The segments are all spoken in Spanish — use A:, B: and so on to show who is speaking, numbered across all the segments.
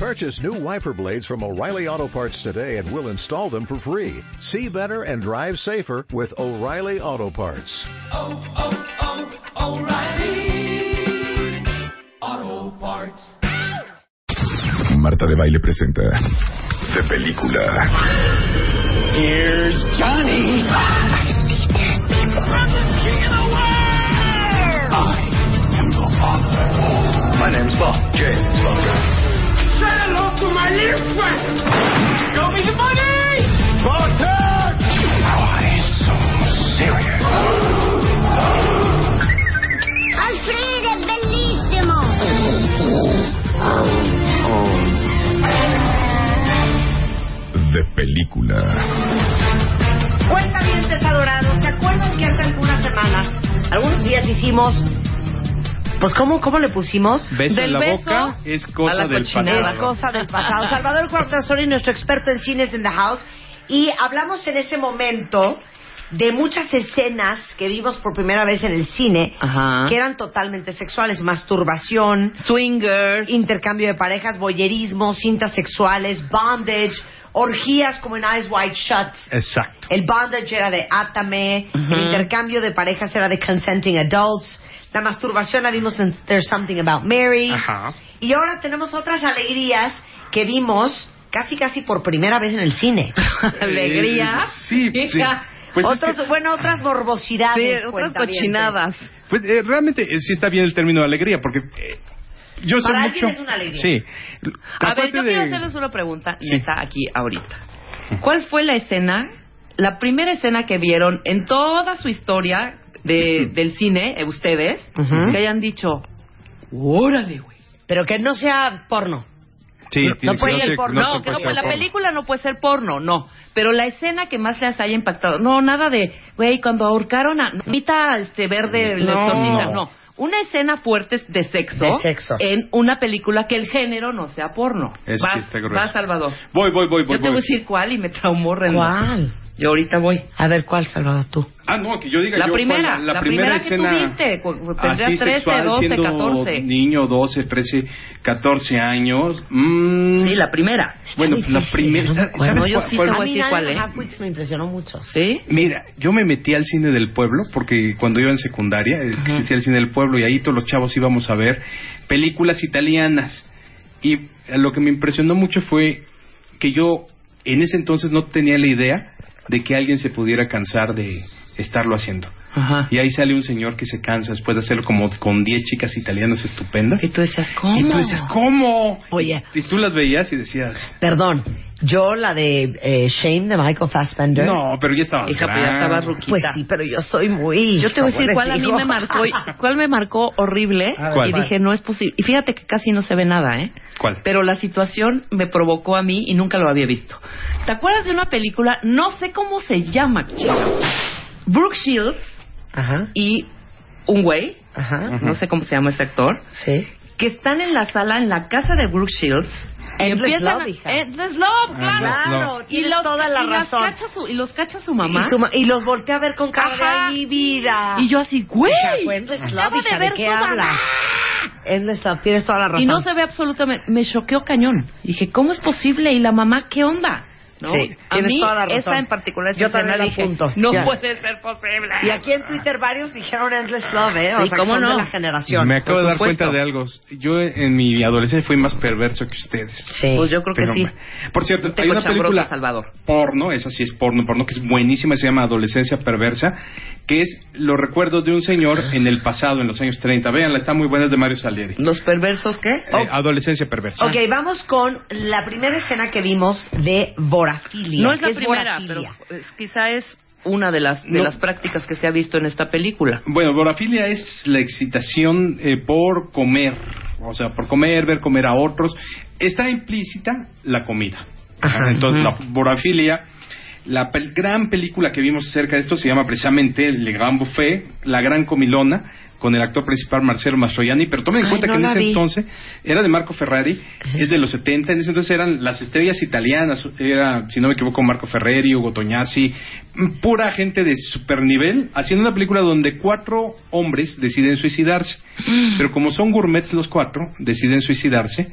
A: Purchase new wiper blades from O'Reilly Auto Parts today and we'll install them for free. See better and drive safer with O'Reilly Auto Parts.
B: oh, oh, O'Reilly. Auto parts.
C: Marta de Baile presenta De Película
B: Here's Johnny. I see dead people. I'm the king of the world. I am the father. My name's Bob. James Bob. Say hello to my little friend. Go me the money. Bartek. Why so serious?
D: Alfredo Bellissimo!
C: De Película
E: Cuentavientes adorados, ¿se acuerdan que hace algunas semanas, algunos días hicimos... Pues, ¿cómo, cómo le pusimos?
F: Beso
E: Del
F: en la
E: beso
F: boca es cosa
E: a la
F: del
E: cochinada.
F: pasado.
E: Es cosa del pasado. Salvador Cuartasoli, nuestro experto en cines in the house. Y hablamos en ese momento de muchas escenas que vimos por primera vez en el cine
G: Ajá.
E: que eran totalmente sexuales. Masturbación,
G: Swingers.
E: intercambio de parejas, boyerismo, cintas sexuales, bondage, orgías como en Eyes Wide Shut.
F: Exacto.
E: El bondage era de átame, el intercambio de parejas era de consenting adults, la masturbación la vimos en There's Something About Mary.
F: Ajá.
E: Y ahora tenemos otras alegrías que vimos casi casi por primera vez en el cine.
G: Alegría.
F: Eh, sí, sí. Pues, es
E: Otros,
F: que-
E: bueno, otras morbosidades.
G: Sí, otras
E: cuentavientes.
G: cochinadas.
F: pues, eh, realmente eh, sí está bien el término de alegría, porque eh, yo sé
E: Para alguien
F: mucho.
E: es una alegría.
F: Sí.
G: A ver,
F: Aparte
G: yo quiero
F: de-
G: hacerles una pregunta
F: Sí.
G: neta aquí ahorita. ¿Cuál fue la escena, la primera escena que vieron en toda su historia de, del cine, eh, ustedes,
E: Ujú.
G: que hayan dicho, órale, güey?
E: Pero que no sea porno.
F: Sí,
E: No
F: tiene-
E: puede ir
F: te-
E: el porno,
F: te
G: No, que
F: puede
G: no, pues
F: ser
G: la
F: porno.
G: película no puede ser porno, no. Pero la escena que más les haya impactado, no, nada de, güey, cuando ahorcaron a Normita este, Verde, la
E: No.
G: exorcista, no. Una escena fuerte de sexo,
E: De sexo.
G: en una película que el género no sea porno.
F: Es que
G: vas,
F: está grueso.
G: vas, Salvador.
F: Voy, voy, voy,
G: Yo
F: voy.
G: te voy a
F: voy.
G: decir cuál y me traumó Rendo. Yo ahorita voy.
E: A ver, ¿cuál, Salvador, tú?
F: Ah, no, que yo diga
G: La
F: yo,
G: primera,
F: ¿cuál?
G: la primera que
F: escena
G: tuviste, cu- cu- tendrías
F: así
G: 13,
F: sexual,
G: 12,
F: siendo
G: 14.
F: niño, 12, 13, 14 años. Mm,
G: Sí, la primera.
F: Bueno, la primera...
G: acuerdo,
F: ¿sabes
G: yo
F: cuál-
G: sí
F: cuál-
G: te voy a decir cuál, ¿eh?
E: me impresionó mucho.
G: ¿Sí?
F: Mira, yo me metí al cine del pueblo porque cuando iba en secundaria eh, existía el cine del pueblo y ahí todos los chavos íbamos a ver películas italianas. Y eh, lo que me impresionó mucho fue que yo en ese entonces no tenía la idea de que alguien se pudiera cansar de estarlo haciendo.
G: Ajá.
F: Y ahí sale un señor que se cansa después de hacerlo como con 10 chicas italianas estupendas.
G: Y tú decías, ¿cómo?
F: Y tú decías, ¿cómo?
E: Oye.
F: Y tú las veías y decías,
E: Perdón, yo la de eh, Shame de Michael Fassbender.
F: no, pero ya estabas
G: Hija, pero ya
F: grande".
G: estaba ruquita.
E: Pues sí, pero yo soy muy...
G: Yo te voy a decir
E: ¿cómo
G: cuál
E: les
G: a mí
E: digo?
G: me marcó, cuál me marcó horrible
F: A ver,
G: y
F: ¿cuál?
G: dije no es posible. Y fíjate que casi no se ve nada, ¿eh?
F: ¿Cuál?
G: Pero la situación me provocó a mí y nunca lo había visto. ¿Te acuerdas de una película? No sé cómo se llama. Brooke Shields
E: Ajá,
G: y un güey,
E: ajá,
G: no sé cómo se llama ese actor,
E: sí.
G: que están en la sala en la casa de Brooke Shields.
E: Endless
G: empiezan
E: Love,
G: a-
E: hija.
G: Endless Love, claro.
F: Endless Love.
E: Y los, toda la
G: y las
E: razón.
G: cacha su- y los cacha su mamá.
E: Y, su ma- y los volteé a ver con cara
G: Ajá.
E: de "Ay, mi vida. "Ah, pues,
G: Y yo así, güey.
E: Hija, fue Endless Love,
G: acabo
E: hija,
G: de ver
E: qué
G: su
E: hablas?
G: mamá.
E: Endless Love, tienes toda la razón.
G: Y no se ve absolutamente. Me choqueó cañón. Dije, ¿cómo es posible? Y la mamá, ¿qué onda? ¿No?
E: Sí,
G: a
E: tienes
G: mí,
E: toda la razón.
G: esa en particular, esa
E: Yo también
G: escena,
E: la
G: dije,
E: apunto.
G: no
E: Ya.
G: puede ser posible.
E: Y aquí en Twitter varios dijeron Endless Love, ¿eh? O
G: Sí,
E: sea,
G: ¿cómo
E: que son
G: no?
E: de la generación.
F: Me acabo
E: por
F: de dar
E: supuesto.
F: cuenta de algo. Yo en mi adolescencia fui más perverso que ustedes.
E: Sí.
G: Pues yo creo que
F: Pero,
G: sí.
F: Por cierto,
G: Tengo
F: hay una
G: chambroso,
F: película
G: Salvador.
F: porno, esa sí es porno, porno que es buenísima, se llama Adolescencia Perversa, que es los recuerdos de un señor en el pasado, en los años 30. Véanla, está muy buena, es de Mario Salieri.
G: ¿Los perversos qué?
F: Eh, adolescencia Perversa.
E: Oh, Ok, vamos con la primera escena que vimos de vorafilia.
G: no es la
E: ¿Qué
G: primera, pero
E: vorafilia?
G: eh, quizá es una de las de
F: No.
G: las prácticas que se ha visto en esta película.
F: Bueno, vorafilia es la excitación eh, por comer, o sea, por comer, ver comer a otros. Está implícita la comida.
E: Ajá.
F: Entonces, la vorafilia, la pel- gran película que vimos acerca de esto se llama precisamente Le Grand Buffet, La Gran Comilona, con el actor principal Marcelo Mastroianni, pero tomen en
E: Ay,
F: cuenta
E: no
F: que en
E: la
F: ese
E: vi.
F: entonces era de Marco Ferrari, es de los 70, en ese entonces eran las estrellas italianas, era, si no me equivoco, Marco Ferreri, Hugo Tognazzi, mm, pura gente de supernivel, haciendo una película donde cuatro hombres deciden suicidarse, pero como son gourmets los cuatro, deciden suicidarse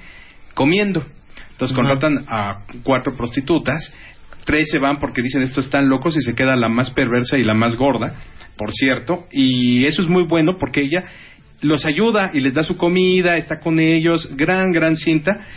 F: comiendo. Entonces contratan a cuatro prostitutas, tres se van porque dicen estos están locos y se queda la más perversa y la más gorda, por cierto, y eso es muy bueno porque ella los ayuda y les da su comida, está con ellos, gran, gran cinta,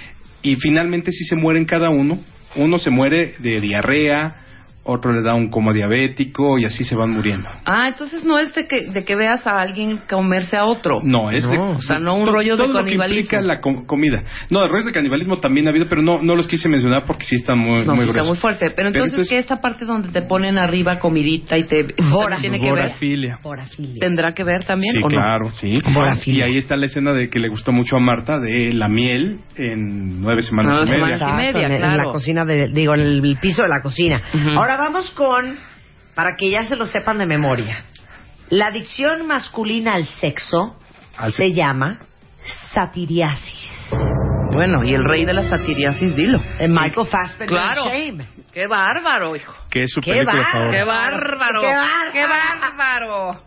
F: y finalmente sí se mueren cada uno, uno se muere de diarrea, otro le da un coma diabético y así se van muriendo.
G: Ah, entonces no es de que, de que veas a alguien comerse a otro.
F: No, es de,
G: No, o sea, no un
F: to-
G: rollo de
F: todo lo que
G: canibalismo.
F: implica la co- comida. No, rollos de canibalismo también ha habido, pero no, no los quise mencionar porque sí están muy,
G: No,
F: muy
G: sí está
F: gruesos.
G: muy fuerte. Pero entonces, ¿qué esta parte donde te ponen arriba comidita y te... eso también
E: Bora.
G: tiene que ver?
F: Vorafilia.
G: ¿Tendrá que ver también
F: Sí,
G: o no?
F: claro, sí.
E: Vorafilia.
F: Y ahí está la escena de que le gustó mucho a Marta de la miel en nueve semanas
G: Nueve
F: y media.
G: semanas.
E: Exacto,
G: media,
E: en, el- en
G: claro.
E: la cocina, de- digo, en el piso de la cocina.
G: Ujú.
E: Ahora vamos con, para que ya se lo sepan de memoria, la adicción masculina al sexo
F: Al
E: se llama satiriasis.
G: Bueno, y el rey de la satiriasis, dilo.
E: Eh, Michael Fassbender,
G: Claro.
E: Shame.
G: ¡Qué bárbaro, hijo!
F: Que es su
E: ¡Qué
F: película
E: bárbaro!
F: favorita.
G: ¡Qué bárbaro!
E: ¡Qué bárbaro!
G: ¡Qué bárbaro!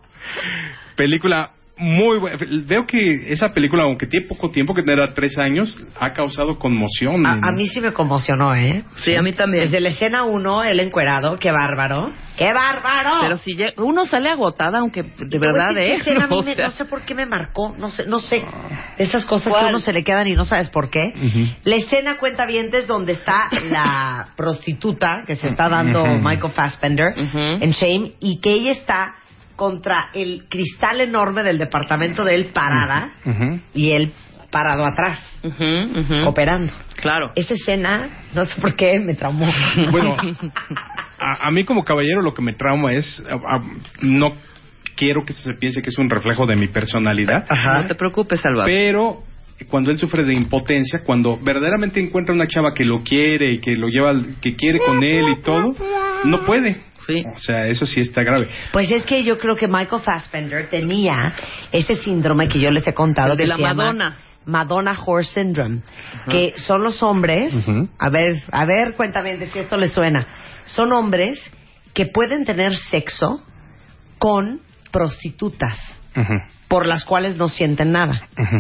F: Película muy buena. Veo que esa película, aunque tiene poco tiempo, que tendrá tres años, ha causado conmoción. en-
E: A, a mí sí me conmocionó, ¿eh?
G: Sí, a mí también.
E: Desde la escena 1, el encuerado, qué bárbaro. ¡Qué bárbaro!
G: Pero si llega- uno sale agotada, aunque de verdad,
E: Esa
G: ¿eh?
E: escena a mí
G: O
E: me-
G: sea, Ah.
E: no sé por qué me marcó, no sé, no sé. Esas cosas que
G: ¿Cuál?
E: a uno se le quedan y no sabes por qué.
F: Ujú.
E: La escena cuenta dientes donde está la prostituta que se está dando
F: Ujú.
E: Michael Fassbender
G: Ujú.
E: en Shame y que ella está contra el cristal enorme del departamento de él parada
F: Ujú.
E: y él parado atrás,
G: ujú, ujú.
E: operando.
G: Claro.
E: Esa escena, no sé por qué, me traumó.
F: Bueno, a, a mí como caballero lo que me trauma es, a- a- no quiero que se piense que es un reflejo de mi personalidad,
E: Ah,
G: No te preocupes, Salvador.
F: pero cuando él sufre de impotencia, cuando verdaderamente encuentra una chava que lo quiere y que lo lleva, al- que quiere con él y todo, no puede.
G: Sí.
F: O sea, eso sí está grave.
E: Pues es que yo creo que Michael Fassbender tenía ese síndrome que yo les he contado.
G: El de
E: que
G: la
E: se llama
G: Madonna.
E: Madonna Horse Syndrome. Que son los hombres.
F: Ujú.
E: A ver, a ver, cuéntame de si esto les suena. Son hombres que pueden tener sexo con prostitutas
F: Ujú,
E: por las cuales no sienten nada.
F: ujú.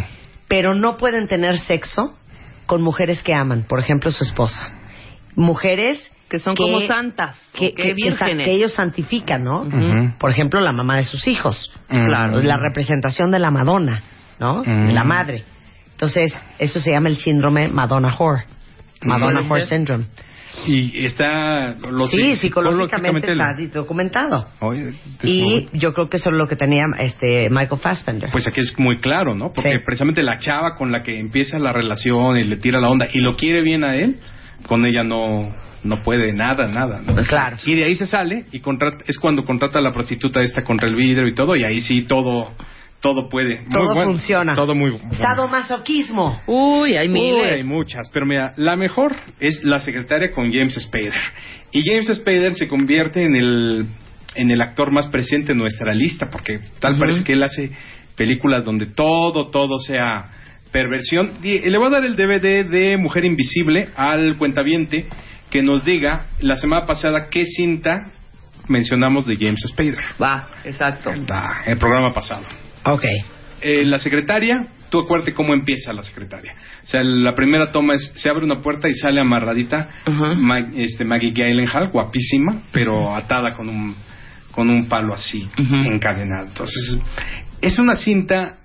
E: Pero no pueden tener sexo con mujeres que aman, por ejemplo, su esposa. Mujeres
G: Que son como santas,
E: que,
G: o que
E: que- que sa-
G: vírgenes.
E: que ellos santifican, ¿no?
F: Ujú.
E: Por ejemplo, la mamá de sus hijos.
F: Mm.
E: Claro, la representación de la Madonna, ¿no?
F: Mm.
E: De La madre. Entonces, eso se llama el síndrome Madonna Whore.
F: Mm.
E: Madonna
G: Puede
E: Whore
G: ser.
E: Syndrome.
F: Y está... Lo,
E: sí, psicológicamente está
F: lo-
E: documentado.
F: Oye,
E: Y yo creo que eso es lo que tenía este Michael Fassbender.
F: Pues aquí es muy claro, ¿no? Porque
E: Sí.
F: precisamente la chava con la que empieza la relación y le tira la onda y lo quiere bien a él, con ella no no puede nada, nada. ¿no?
E: Pues Claro.
F: Y de ahí se sale y contrata- es cuando contrata a la prostituta esta contra el vidrio y todo y ahí sí todo todo puede. Muy
E: todo
F: bueno,
E: funciona.
F: Todo muy bueno.
E: Sadomasoquismo.
G: Uy, hay eh.
F: Uy,
G: miles.
F: hay muchas, pero mira, la mejor es la secretaria con James Spader. Y James Spader se convierte en el, en el actor más presente en nuestra lista, porque tal
G: Ujú.
F: parece que él hace películas donde todo, todo sea perversión. Y le voy a dar el DVD de Mujer Invisible al cuentaviente que nos diga la semana pasada qué cinta mencionamos de James Spader.
G: Va, exacto.
F: Ah, El programa pasado
E: Ok.
F: eh, la secretaria, tú acuérdate cómo empieza la secretaria. O sea, la primera toma es, se abre una puerta y sale amarradita
G: Ajá.
F: Ma- este, Maggie Gyllenhaal, guapísima, pero atada con un, con un palo así,
G: Ujú.
F: encadenado. Entonces, es una cinta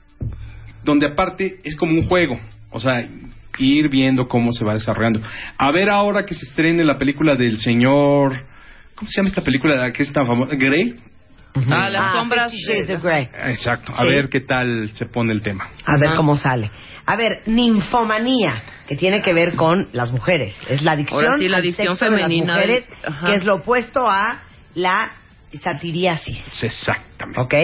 F: donde aparte es como un juego, o sea, ir viendo cómo se va desarrollando. A ver ahora que se estrene la película del señor, ¿cómo se llama esta película? La que es tan famosa, Grey.
G: Ah, las sombras.
E: Fifty Shades of Grey.
F: Exacto, a
E: Sí.
F: ver qué tal se pone el tema.
E: A ver
G: Ajá.
E: cómo sale. A ver, ninfomanía, que tiene que ver con las mujeres. Es la adicción,
G: Ahora sí, la
E: al
G: adicción
E: sexo de las
G: femenina del-
E: mujeres,
G: Ajá.
E: que es lo opuesto a la satiriasis.
F: Exactamente.
E: ¿Ok?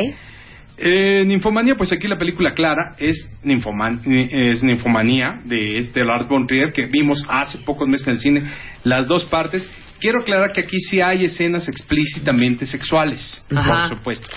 F: Eh, Ninfomanía, pues aquí la película clara es, Ninfoman- eh, es Ninfomanía de este Lars von Trier que vimos hace pocos meses en el cine, las dos partes. Quiero aclarar que aquí sí hay escenas explícitamente sexuales,
G: Ajá.
F: por supuesto.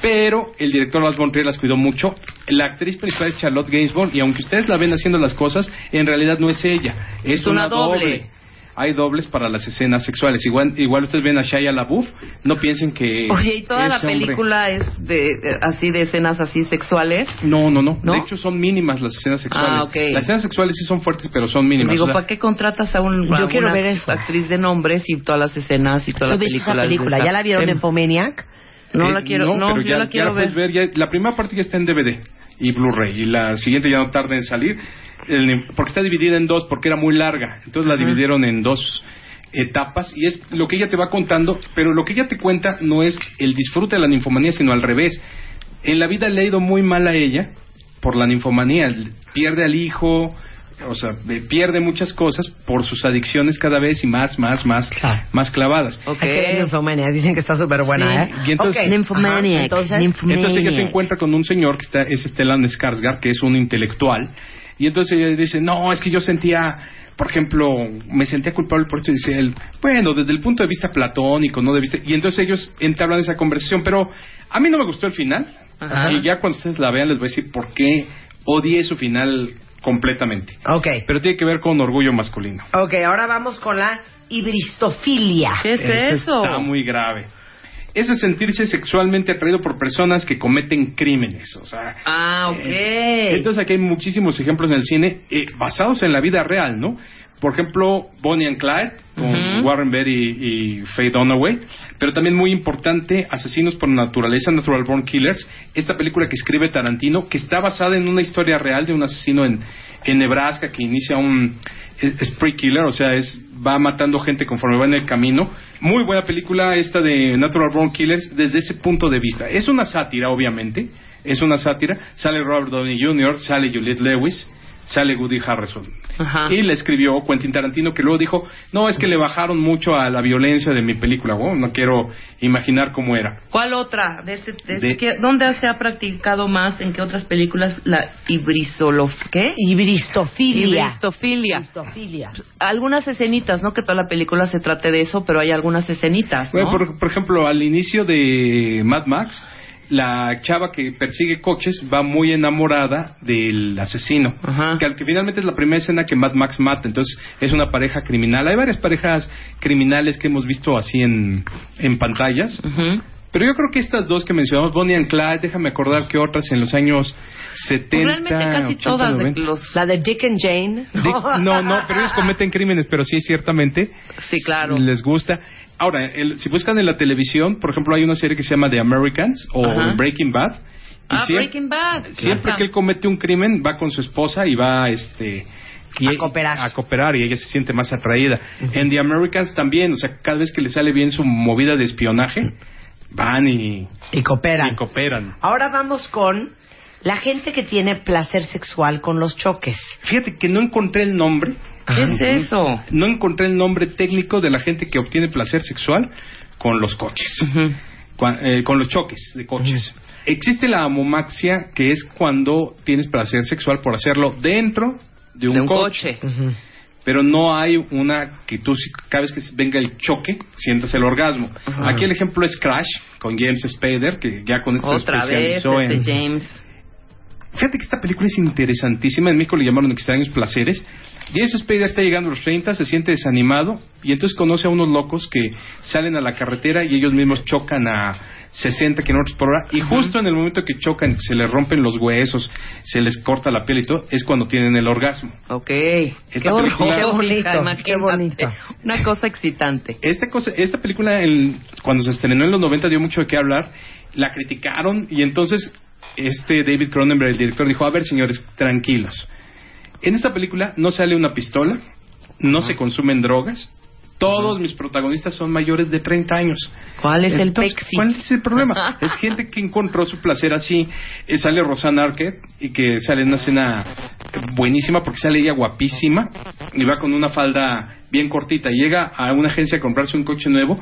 F: Pero el director Lars von Trier las cuidó mucho. La actriz principal es Charlotte Gainsbourg y aunque ustedes la ven haciendo las cosas, en realidad no es ella, es,
G: Es una doble.
F: hay dobles para las escenas sexuales. Igual, igual ustedes ven a Shia LaBeouf, no piensen que.
G: Oye, ¿y toda la
F: ese hombre-
G: película es de eh, así de escenas así sexuales?
F: No, no, no,
G: ¿No?
F: De hecho, son mínimas las escenas sexuales.
G: Ah, ok.
F: Las escenas sexuales sí son fuertes, pero son mínimas.
G: Digo,
F: O sea,
G: ¿para qué contratas a, un, a
E: Yo quiero
G: una
E: ver eso.
G: actriz de nombres y todas las escenas y toda
E: ¿Sí
G: la
E: viste esa
G: película?
E: película? ¿Ya la vieron en Pomeniac?
G: No
F: Em, eh,
G: la quiero, no,
F: pero
G: yo
F: ya,
G: la
F: ya
G: quiero
F: puedes ver. ya- la primera parte ya está en DVD y Blu-ray, y la siguiente ya no tarda en salir, el- porque está dividida en dos, porque era muy larga. Entonces la dividieron en dos etapas y es lo que ella te va contando, pero lo que ella te cuenta no es el disfrute de la ninfomanía, sino al revés. En la vida le ha ido muy mal a ella por la ninfomanía, pierde al hijo, o sea, eh, pierde muchas cosas por sus adicciones cada vez y más, más, más,
E: Claro.
F: más clavadas.
G: Ok.
E: Hay que ver Nymphomaniac, dicen que está súper buena,
F: Sí,
E: ¿eh?
F: y entonces-
E: Ok,
G: Nymphomaniac,
E: ajá, entonces-
G: Nymphomaniac.
F: Entonces ella se encuentra con un señor que está, es Stellan Skarsgård, que es un intelectual, y entonces ella dice, no, es que yo sentía, por ejemplo, me sentía culpable por esto, y dice él, bueno, desde el punto de vista platónico, no de vista... Y entonces ellos entablan esa conversación, pero a mí no me gustó el final,
G: Ajá.
F: y ya cuando ustedes la vean les voy a decir por qué odié su final completamente.
E: Ok.
F: Pero tiene que ver con orgullo masculino.
E: Ok, ahora vamos con la hibristofilia.
G: ¿Qué es
F: Eso
G: eso?
F: Está muy grave. Eso es sentirse sexualmente atraído por personas que cometen crímenes, o sea...
G: Ah, ok.
F: Eh, Entonces aquí hay muchísimos ejemplos en el cine eh, basados en la vida real, ¿no? Por ejemplo, Bonnie and Clyde con
G: Ujú.
F: Warren Beatty y, y Faye Dunaway, pero también muy importante Asesinos por Naturaleza, Natural Born Killers, esta película que escribe Tarantino, que está basada en una historia real de un asesino en, en Nebraska que inicia un e, es- spree killer, o sea, es va matando gente conforme va en el camino. Muy buena película esta de Natural Born Killers desde ese punto de vista. Es una sátira, obviamente, es una sátira. Sale Robert Downey Jr., sale Juliette Lewis, sale Woody Harrison.
G: Ajá.
F: Y le escribió Quentin Tarantino que luego dijo, no, es que le bajaron mucho a la violencia de mi película, wow, no quiero imaginar cómo era.
G: ¿Cuál otra? De este- de este
F: De-
G: que- ¿Dónde se ha practicado más? ¿En qué otras películas? La hibrisolof... ¿Qué?
E: Hibristofilia.
G: Hibristofilia.
E: Hibristofilia.
G: Algunas escenitas, no que toda la película se trate de eso, pero hay algunas escenitas, ¿no?
F: Bueno, por, por ejemplo, al inicio de Mad Max, la chava que persigue coches va muy enamorada del asesino,
G: Ajá.
F: que, al- que finalmente es la primera escena que Mad Max mata, entonces es una pareja criminal. Hay varias parejas criminales que hemos visto así en, en pantallas,
G: Ujú.
F: pero yo creo que estas dos que mencionamos, Bonnie and Clyde, déjame acordar que otras en los años 70,
G: Pues realmente casi
F: 80,
G: todas de
F: 90.
G: los...
E: La de Dick and Jane.
F: De- no, no, pero ellos cometen crímenes, pero sí, ciertamente.
G: Sí, claro.
F: Les gusta. Ahora, el- si buscan en la televisión, por ejemplo, hay una serie que se llama The Americans o
G: Ajá.
F: Breaking Bad. Y
G: Ah,
F: siem-
G: Breaking Bad.
F: Siempre
G: Ajá.
F: que él comete un crimen, va con su esposa y va este, y-
E: A cooperar.
F: a cooperar y ella se siente más atraída. En The Americans también, o sea, cada vez que le sale bien su movida de espionaje, van y,
E: Y cooperan.
F: y cooperan.
E: Ahora vamos con la gente que tiene placer sexual con los choques.
F: Fíjate que no encontré el nombre,
G: ¿Qué es eso?
F: no encontré el nombre técnico de la gente que obtiene placer sexual con los coches,
G: Ujú.
F: cua- eh, con los choques de coches. Existe la amomaxia, que es cuando tienes placer sexual por hacerlo dentro de un,
G: De un
F: coche.
G: coche.
F: Pero no hay una que tú, si- cada vez que venga el choque, sientas el orgasmo.
G: Ajá.
F: Aquí el ejemplo es Crash, con James Spader, que ya con esto se
G: Otra vez,
F: especializó
G: este
F: en...
G: James.
F: Fíjate que esta película es interesantísima. En México le llamaron Extraños Placeres. James Spader está llegando a los 30, se siente desanimado y entonces conoce a unos locos que salen a la carretera y ellos mismos chocan a 60 kilómetros por hora. Y justo en el momento que chocan, se les rompen los huesos, se les corta la piel y todo, es cuando tienen el orgasmo.
G: Ok.
F: Esta película-
G: qué
E: Qué bonito,
G: bonito.
E: qué bonito.
G: Una cosa excitante.
F: Esta, cosa, esta película, el- cuando se estrenó en los 90, dio mucho de qué hablar. La criticaron y entonces este David Cronenberg, el director, dijo, a ver, señores, tranquilos. En esta película no sale una pistola, no se consumen drogas, todos mis protagonistas son mayores de 30 años.
G: ¿Cuál es
F: Entonces,
G: el pexi?
F: ¿Cuál es el problema? es gente que encontró su placer así. Eh, sale Rosanna Arquette y que sale en una escena buenísima porque sale ella guapísima y va con una falda bien cortita. Y Llega a una agencia a comprarse un coche nuevo.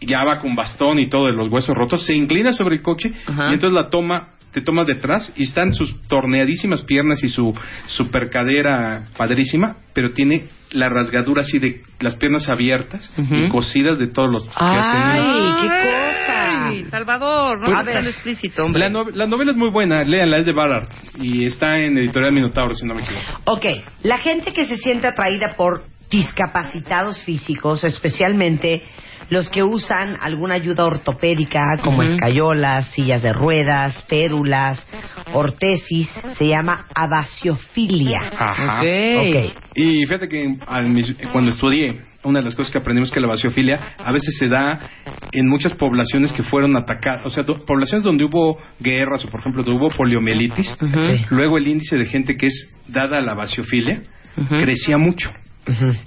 F: Ya va con bastón y todo de los huesos rotos. Se inclina sobre el coche
G: Ajá.
F: y entonces la toma te tomas detrás y están sus torneadísimas piernas y su supercadera padrísima, pero tiene la rasgadura así de las piernas abiertas y
G: Ujú.
F: cosidas de todos los que ha tenido.
E: Ay, qué
G: Ay,
E: cosa.
G: Salvador, no
F: Pues,
G: seas tan explícito, hombre.
F: La, no- la novela es muy buena, léanla, es de Ballard y está en Editorial Minotauro, si no me equivoco.
E: Ok, la gente que se siente atraída por discapacitados físicos, especialmente los que usan alguna ayuda ortopédica como escayolas, sillas de ruedas, férulas, ortesis, se llama abasiofilia.
F: Ajá.
G: Ah, Ok.
E: Ok.
F: Y fíjate que al mis- cuando estudié, una de las cosas que aprendimos es que la vasiofilia a veces se da en muchas poblaciones que fueron atacadas, o sea, do- poblaciones donde hubo guerras o, por ejemplo, donde hubo poliomielitis.
G: Sí.
F: Luego el índice de gente que es dada a la vasiofilia
G: Ujú.
F: crecía mucho.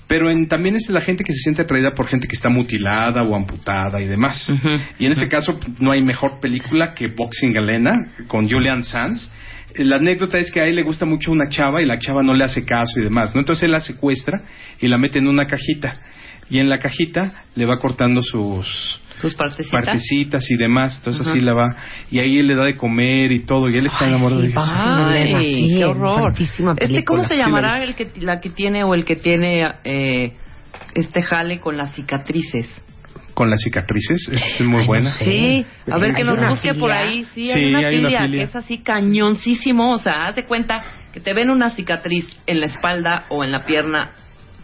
F: Pero en- también es la gente que se siente atraída por gente que está mutilada o amputada y demás.
G: Ujú.
F: Y en este caso no hay mejor película que Boxing Elena con Julian Sands. La anécdota es que a él le gusta mucho una chava y la chava no le hace caso y demás. ¿no? Entonces él la secuestra y la mete en una cajita. Y en la cajita le va cortando sus
G: Tus partecitas.
F: partecitas y demás. Entonces
G: Ajá.
F: así la va. Y ahí él le da de comer y todo. Y él está enamorado de ella.
G: Ay,
E: Sí,
G: qué horror.
E: fuertísima
G: Este, ¿Cómo
E: película.
G: se
F: Sí,
G: llamará
F: la
G: el que, la que tiene o el que tiene eh, este jale con las cicatrices?
F: Con las cicatrices. Es muy
E: Ay, no
F: buena.
E: sé.
G: Sí, a ver
F: Hay
G: que nos
E: una
G: busque
E: filia.
G: por ahí. Sí,
F: Sí,
G: hay, una,
F: hay
G: filia
F: una filia.
G: que es así cañoncísimo. O sea, haz de cuenta que te ven una cicatriz en la espalda o en la pierna.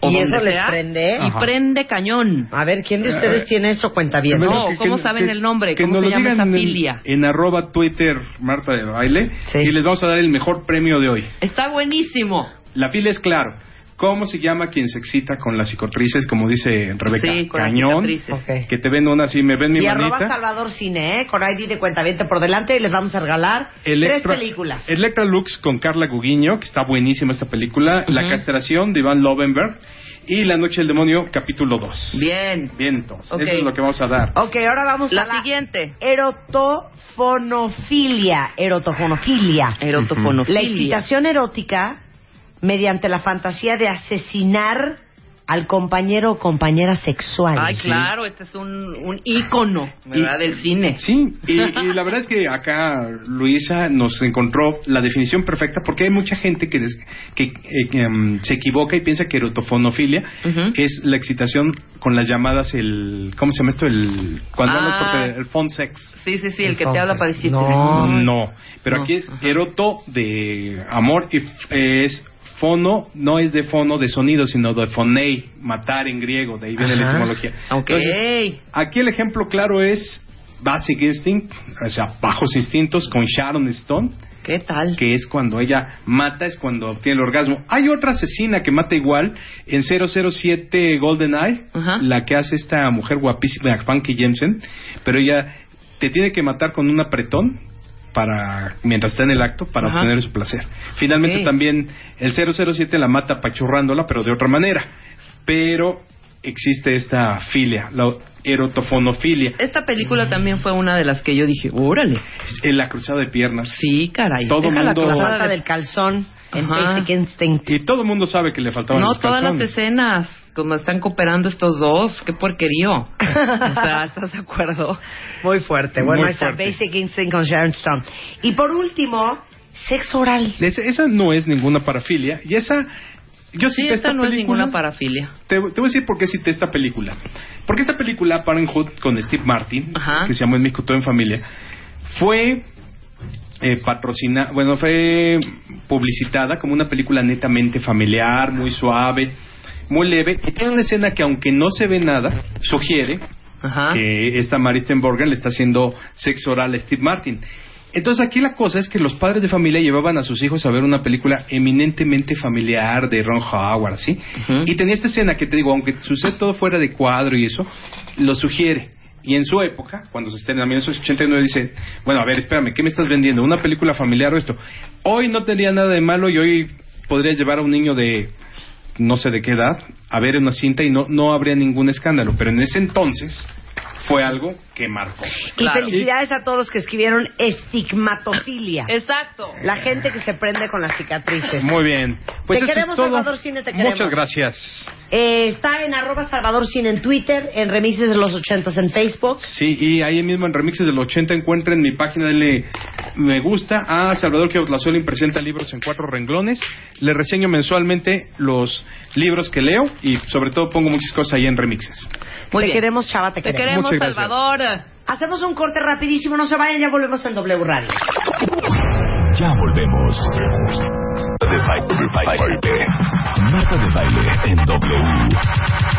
G: O
E: ¿Y
G: donde
E: eso les
G: sea,
E: prende?
G: Y
F: Ajá.
G: prende cañón.
E: A ver, ¿quién de
G: Eh,
E: ustedes tiene eso? Cuenta bien.
G: No,
F: Bueno,
G: ¿cómo saben el nombre? ¿Cómo
F: nos
G: se
F: lo
G: llama
F: digan
G: esa
F: en-
G: filia?
F: En, arroba Twitter Marta de Baile.
E: Sí.
F: Y les vamos a dar el mejor premio de hoy.
G: Está buenísimo.
F: La filia es claro. ¿Cómo se llama quien se excita con las cicatrices? Como dice Rebeca
G: Sí, con las
F: Cañón.
G: cicatrices.
E: Ok.
F: Que te ven una así, me ven mi
E: Y arroba
F: manita.
E: Salvador Cine, ¿eh? con ID de cuenta por delante y les vamos a regalar tres películas.
F: Electra Lux con Carla Guguiño, que está buenísima esta película. La
G: Ujú.
F: castración de Iván Lovenberg. Y La Noche del Demonio, capítulo 2.
G: Bien.
F: Bien, entonces.
G: Ok.
F: Eso es lo que vamos a dar.
E: Ok, ahora vamos a
G: La
E: la
G: siguiente.
E: erotofonofilia. Erotofonofilia.
G: Erotofonofilia.
E: La excitación erótica mediante la fantasía de asesinar al compañero o compañera sexual.
G: Ay, claro, este es un, un ícono,
E: Ah,
G: ¿verdad?
F: Y-
G: Del cine.
F: Sí, y, y la verdad es que acá Luisa nos encontró la definición perfecta porque hay mucha gente que, des- que, eh, que, em, se equivoca y piensa que erotofonofilia
G: Ujú.
F: es la excitación con las llamadas, el. ¿Cómo se llama esto? El. Cuando hablas por
G: Ah.
F: tele- el phone sex.
G: Sí, sí, sí, el que te
E: Entonces,
G: habla para decirte.
E: no. Ay.
F: No, pero
G: No,
F: aquí es eroto de amor y f- es fono, no es de fono de sonido, sino de fonei, matar en griego, de ahí viene la
E: Ajá.
F: etimología.
G: Ok.
F: Entonces, Aquí el ejemplo claro es Basic Instinct, o sea, Bajos Instintos con Sharon Stone,
G: ¿Qué tal?
F: que es cuando ella mata, es cuando obtiene el orgasmo. Hay otra asesina que mata igual en 007 GoldenEye,
G: Ajá.
F: la que hace esta mujer guapísima, Funky Jensen, pero ella te tiene que matar con un apretón para mientras está en el acto para
G: Ajá.
F: obtener su placer. Finalmente
G: Ok.
F: también el 007 la mata pachurrándola, pero de otra manera. Pero existe esta filia, la erotofonofilia,
G: Esta película también fue una de las que yo dije, órale.
F: en la cruzada de piernas.
G: Sí, caray.
F: Todo
G: deja la
F: mundo-
E: La
G: cruzada
E: falta
G: de-
E: del calzón en
G: Ajá.
E: Basic Instinct.
F: Y todo el mundo sabe que le faltaban
G: No,
F: los
G: todas las
F: calzones.
G: escenas, como están cooperando estos dos, qué porquerío. o sea, ¿estás de acuerdo?
E: Muy fuerte. Bueno,
F: Muy
E: ahí está
F: fuerte.
E: Basic Instinct con Sharon Stone. Y por último, sexo oral.
F: Es- esa no es ninguna parafilia. Y esa. Yo
G: Sí,
F: cité
G: esta no es
F: película-
G: ninguna parafilia.
F: Te, te voy a decir por qué cité esta película. Porque esta película, Parenthood, con Steve Martin,
G: Ajá.
F: que se llamó En México Todo en Familia, fue eh, patrocina, bueno, fue publicitada como una película netamente familiar, muy suave, muy leve. Y tiene una escena que, aunque no se ve nada, sugiere
G: Ajá.
F: que esta Mary Steenburgen le está haciendo sexo oral a Steve Martin. Entonces aquí la cosa es que los padres de familia llevaban a sus hijos a ver una película eminentemente familiar de Ron Howard, ¿sí?
G: Ujú.
F: Y tenía esta escena que te digo, aunque sucede todo fuera de cuadro y eso, lo sugiere. Y en su época, cuando se estrena en 1989, dice, bueno, a ver, espérame, ¿qué me estás vendiendo? ¿Una película familiar o esto? Hoy no tendría nada de malo y hoy podría llevar a un niño de no sé de qué edad a ver una cinta y no, no habría ningún escándalo. Pero en ese entonces fue algo que marcó.
G: Claro.
E: Y felicidades a todos los que escribieron estigmatofilia.
G: Exacto.
E: La gente que se prende con las cicatrices.
F: Muy bien. Pues
E: Te
F: eso
E: queremos,
F: es todo.
E: Salvador Cine, te queremos.
F: Muchas gracias.
E: Eh, está en arroba Salvador Cine en Twitter, en Remises de los Ochentas en Facebook.
F: Sí, y ahí mismo en Remixes del 80 encuentren mi página, denle me gusta a Salvador Queotlazuelin presenta libros en cuatro renglones. Le reseño mensualmente los libros que leo y sobre todo pongo muchas cosas ahí en Remixes.
G: Muy
E: te
G: bien.
E: queremos, chava, te,
G: Te
E: queremos.
G: queremos,
F: Muchas gracias.
G: Salvador.
E: Hacemos un corte rapidísimo, no se vayan, ya volvemos en W Radio.
C: Ya volvemos. Marta de baile. Marta de baile en W.